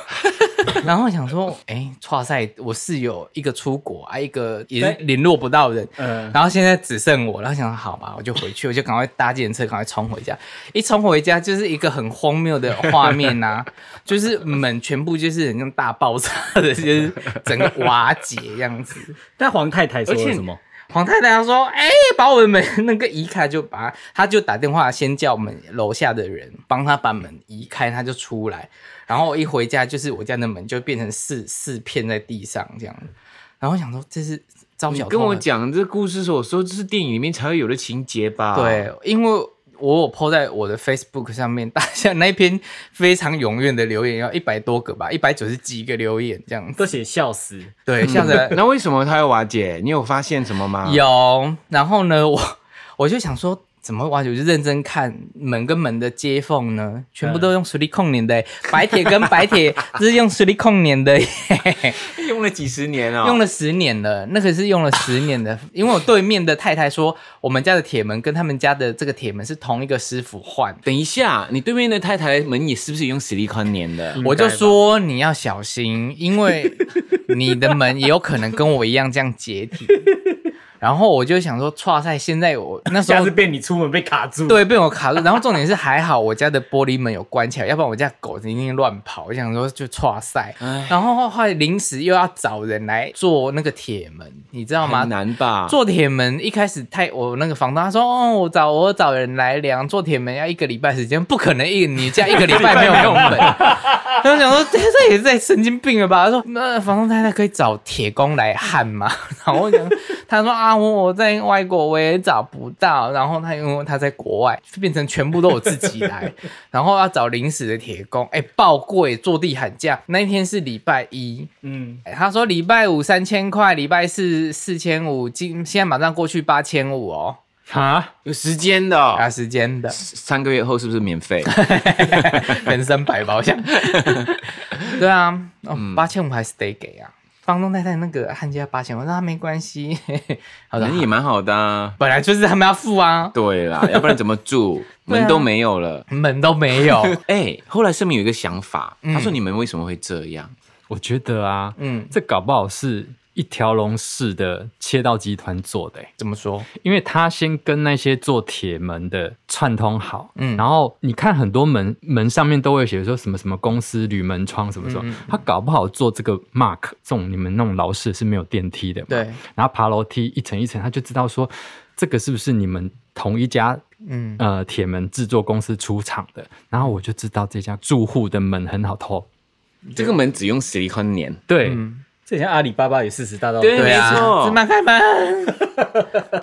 S3: 然后想说，哎，哇塞，我室友一个出国啊，一个也是
S4: 对
S3: 联络不到人，
S4: 嗯
S3: 然后现在只剩我，然后想说好吧，我就回去，我就赶快搭计程车，赶快冲回家。一冲回家就是一个很荒谬的画面呐、 *laughs* 就是门全部就是很像大爆炸的，就是整个瓦解这样子。
S4: 但黄太太说
S2: 而且
S4: 了什么？
S3: 黄太太她说：“哎、把我的门那个移开，就把她就打电话先叫我们楼下的人帮她把门移开，她就出来。然后我一回家，就是我家的门就变成四
S2: 嗯
S3: 四片在地上这样。然后我想说这是招
S2: 你
S3: 小偷啊，
S2: 跟我讲这故事的时候，我说这是电影里面才会有的情节吧？，
S3: 对，因为我有 po 在我的 Facebook 上面，大家那一篇非常踊跃的留言要一百多个吧，一百九十几个留言这样子。
S4: 都写笑死，
S2: 嗯
S3: 对，像着 *laughs*
S2: 啊那为什么它会瓦解？你有发现什么吗？，
S3: 有，然后呢，我 *laughs* 我就想说。怎么挖掘？我就认真看门跟门的接缝呢，全部都用水力控粘的、白铁跟白铁 *laughs* 是用水力控粘的、 *laughs*
S2: 用了几十年哦
S3: *laughs* 用
S2: 了
S3: 了十年了，那可是用了十年的，因为我对面的太太说，我们家的铁门跟他们家的这个铁门是同一个师傅换的。
S2: 等一下，你对面的太太门也是不是用 silicone 粘的？
S3: 我就说你要小心，因为 *laughs* 你的门也有可能跟我一样这样解体。然后我就想说，哇塞，现在我那时
S4: 下
S3: 候
S4: 次被你出门被卡住，，
S3: 对被我卡住，然后重点是还好我家的玻璃门有关起来，要不然我家狗一定乱跑。我想说就哇塞，
S2: 哎，
S3: 然后后来临时又要找人来做那个铁门，你知道吗？
S2: 很难吧？
S3: 做铁门一开始太我那个房东他说哦，我找我找人来量做铁门要一个礼拜时间，不可能一你家一个礼拜没有用门。然后想说这这也是在神经病了吧？他说那、呃房东太太可以找铁工来焊吗？然后我想他说啊我我在外国我也找不到，然后他因为他在国外变成全部都我自己来，然后要找临时的铁工，哎爆贵坐地喊价。那一天是礼拜一，
S4: 嗯，
S3: 欸他说礼拜五三千块，礼拜四四千五，今现在马上过去八千五哦，
S5: 啊，
S2: 有时间的哦、
S3: 赶时间
S2: *laughs*
S3: 的
S2: 三个月后是不是免
S3: *laughs*
S2: 费？
S3: 人生百宝
S2: *laughs*
S3: 箱。对啊，哦，
S2: 嗯
S3: 八千五还是得给啊。房东太太那个汉家八千，我说他啊没关系， *laughs* 嘿嘿好的
S2: 反，正也蛮好的、啊。
S3: 本来就是他们要付啊，
S2: 对
S3: *laughs*
S2: 啦，要不然怎么住？
S3: 对啊
S2: 门都没有了。
S3: 门都没
S2: *laughs*
S3: 有。
S2: 哎、后来盛明有一个想法，
S3: 嗯
S2: 他说你们为什么会这样？
S5: 我觉得啊，
S3: 嗯，
S5: 这搞不好是一条龙式的切到集团做的欸、
S3: 怎么说？
S5: 因为他先跟那些做铁门的串通好，
S3: 嗯
S5: 嗯，然后你看很多门门上面都会写说什么什么公司铝门窗什么什么，
S3: 嗯嗯
S5: 他搞不好做这个 mark 这种你们那种老式是没有电梯的嘛，
S3: 对，
S5: 然后爬楼梯一层一层，他就知道说这个是不是你们同一家
S3: 嗯，
S5: 呃铁门制作公司出厂的，然后我就知道这家住户的门很好偷，
S2: 这个门只用 silicone 粘，
S5: 对，
S3: 嗯
S4: 这像阿里巴巴与四十大盗，
S2: 对
S3: 对啊
S2: 没错，
S3: 芝麻开门。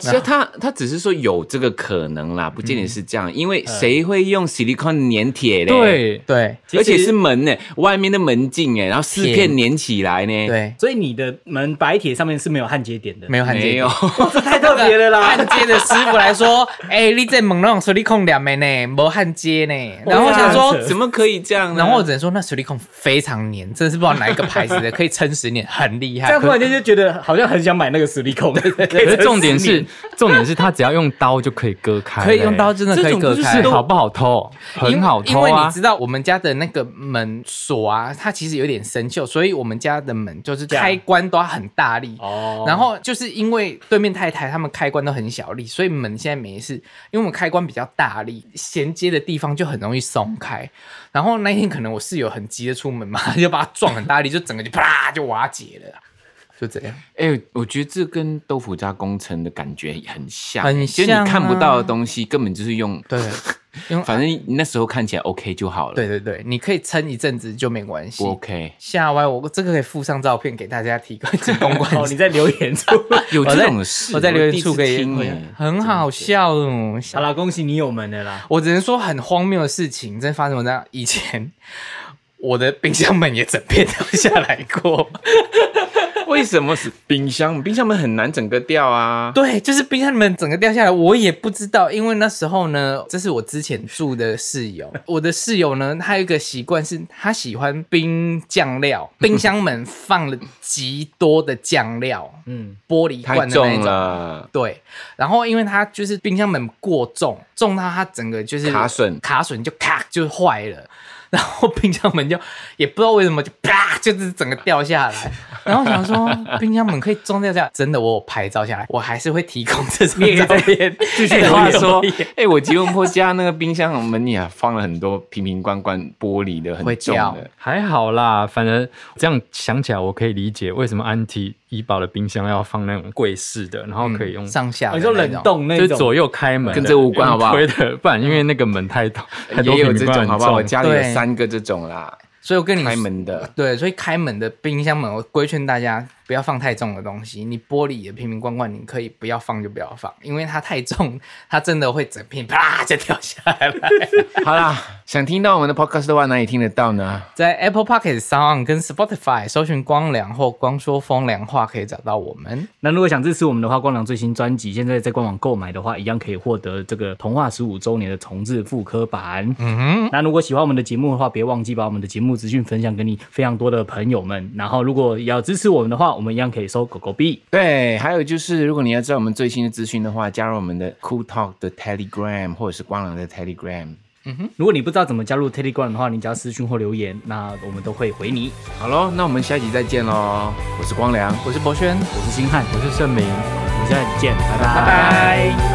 S2: 所以他他只是说有这个可能啦，不见得是这样，因为谁会用 silicone 粘铁嘞？。
S5: 对，
S3: 对
S4: 其实
S2: 而且是门呢，外面的门禁哎，然后四片粘起来呢，，
S3: 对，
S4: 所以你的门白铁上面是没有焊接点的，哦
S3: 没有汉
S2: 没
S3: 奸。
S2: 有，
S4: 这 *laughs* 太特别了啦。
S3: 焊接的师傅来说，哎、你这猛弄水力控两枚呢，没焊接
S4: *laughs*
S3: 呢。然后我想说，
S2: *laughs* 怎么可以这样呢？
S3: 然后我只能说那水力控非常黏，真的是不知道哪一个牌子的，可以撑十年，很厉害。
S4: 这样突
S3: 可
S4: 然间就觉得好像很想买那 *laughs* 个实力控，可以
S5: 可是重
S4: 撑
S5: 点
S4: 十
S5: 是
S4: 年，
S5: 重点是他只要用刀就可以割开嘞，
S3: 可以用刀真的可以割
S5: 就
S3: 开
S5: 是。好不好偷？很好
S3: 因
S5: 偷
S3: 为，因为
S5: 啊
S3: 你知！道我们家的那个门锁啊，它其实有点生锈，所以我们家的门就是
S4: 这样
S3: 开关都要很大力。
S4: 哦
S3: 然后就是因为对面太太他们开关都很小力，所以门现在没事，因为我们开关比较大力，衔接的地方就很容易松开。然后那一天可能我室友很急着出门嘛，就把它撞很大力，就整个就啪就瓦解了，就这样。
S2: 哎，我觉得这跟豆腐渣工程的感觉很像，
S3: 很
S2: 就是
S3: 像啊
S2: 你看不到的东西，根本就是用，
S3: 对，因为
S2: 反正那时候看起来 OK 就好了，
S3: 对对对，你可以撑一阵子就没关系
S2: 不。，OK，
S3: 下歪我这个可以附上照片给大家提供提供关系。
S4: 哦，你在留言 *laughs* 处。
S2: 有
S3: 我
S2: 这
S3: 在
S2: 种事，
S3: 我在留言处
S2: 给
S3: 给很好笑哦。
S4: 好啦，恭喜你有门的啦。
S3: 我只能说很荒谬的事情，真发生我这样以前，我的冰箱门也整片掉下来过。 *laughs*
S2: 为什么是冰箱？冰箱门很难整个掉啊。
S3: 对，就是冰箱门整个掉下来，我也不知道，因为那时候呢，这是我之前住的室友，我的室友呢，他有一个习惯是，他喜欢冰酱料，冰箱门放了极多的酱料，
S4: 嗯，
S3: 玻璃
S2: 太
S3: 罐的那一
S2: 重
S3: 种。
S2: 了，
S3: 对，然后因为它就是冰箱门过重，重到它整个就是
S2: 卡榫
S3: 卡榫就咔就坏了，然后冰箱门就也不知道为什么就啪就是整个掉下
S4: *laughs*
S3: 来，然后想说冰箱门可以重掉下来，真的我有拍照下来，我还是会提供这张照片。 *laughs*
S4: 继续
S2: 哎、
S5: *laughs*
S4: 留
S2: 话
S4: 言
S2: 说，哎、我吉隆坡家那个冰箱门也放了很多瓶瓶罐罐玻璃的，很
S3: 会
S2: 重
S3: 掉
S2: 的。
S5: 还好啦，反正这样想起来，我可以理解为什么安提怡宝的冰箱要放那种柜式的，然后可以用、
S3: 上下的那
S4: 哦你
S3: 种，
S4: 说冷冻
S5: 就
S4: 那
S5: 是
S4: 种，
S5: 左右开门的，
S2: 跟这无关好不好
S5: 用推的，不然因为那个门太大，太多
S2: 也有这
S5: 瓶罐
S2: 种，
S5: 很
S2: 好不好？
S5: 重
S2: 我家里
S3: 对
S2: 有三个这种啦，
S3: 所以我跟你
S2: 开门的。
S3: 对，所以开门的冰箱门，我规劝大家不要放太重的东西。你玻璃的瓶瓶罐罐，你可以不要放就不要放，因为它太重，它真的会整片啪就掉下来了。
S2: 好啦，想听到我们的 podcast 的话，哪里听得到呢？
S3: 在 Apple Pocket、Sound 跟 Spotify 搜寻“光良”或“光说风凉话”，可以找到我们。
S4: 那如果想支持我们的话，光良最新专辑现在在官网购买的话，一样可以获得这个童话十五周年的重制复刻版。
S3: 嗯哼，
S4: 那如果喜欢我们的节目的话，别忘记把我们的节目资讯分享给你非常多的朋友们。然后，如果要支持我们的话，我们一样可以收狗狗币。
S2: 对，还有就是，如果你要知道我们最新的资讯的话，加入我们的 Cool Talk 的 Telegram 或者是光良的 Telegram。
S4: 如果你不知道怎么加入 Telegram 的话，你只要私讯或留言，那我们都会回你。
S2: 好喽，那我们下集再见喽！我是光良。
S3: 我是博轩。
S4: 我是星汉，
S5: 我是盛明。
S4: 我们下次见，拜
S3: 拜
S4: 拜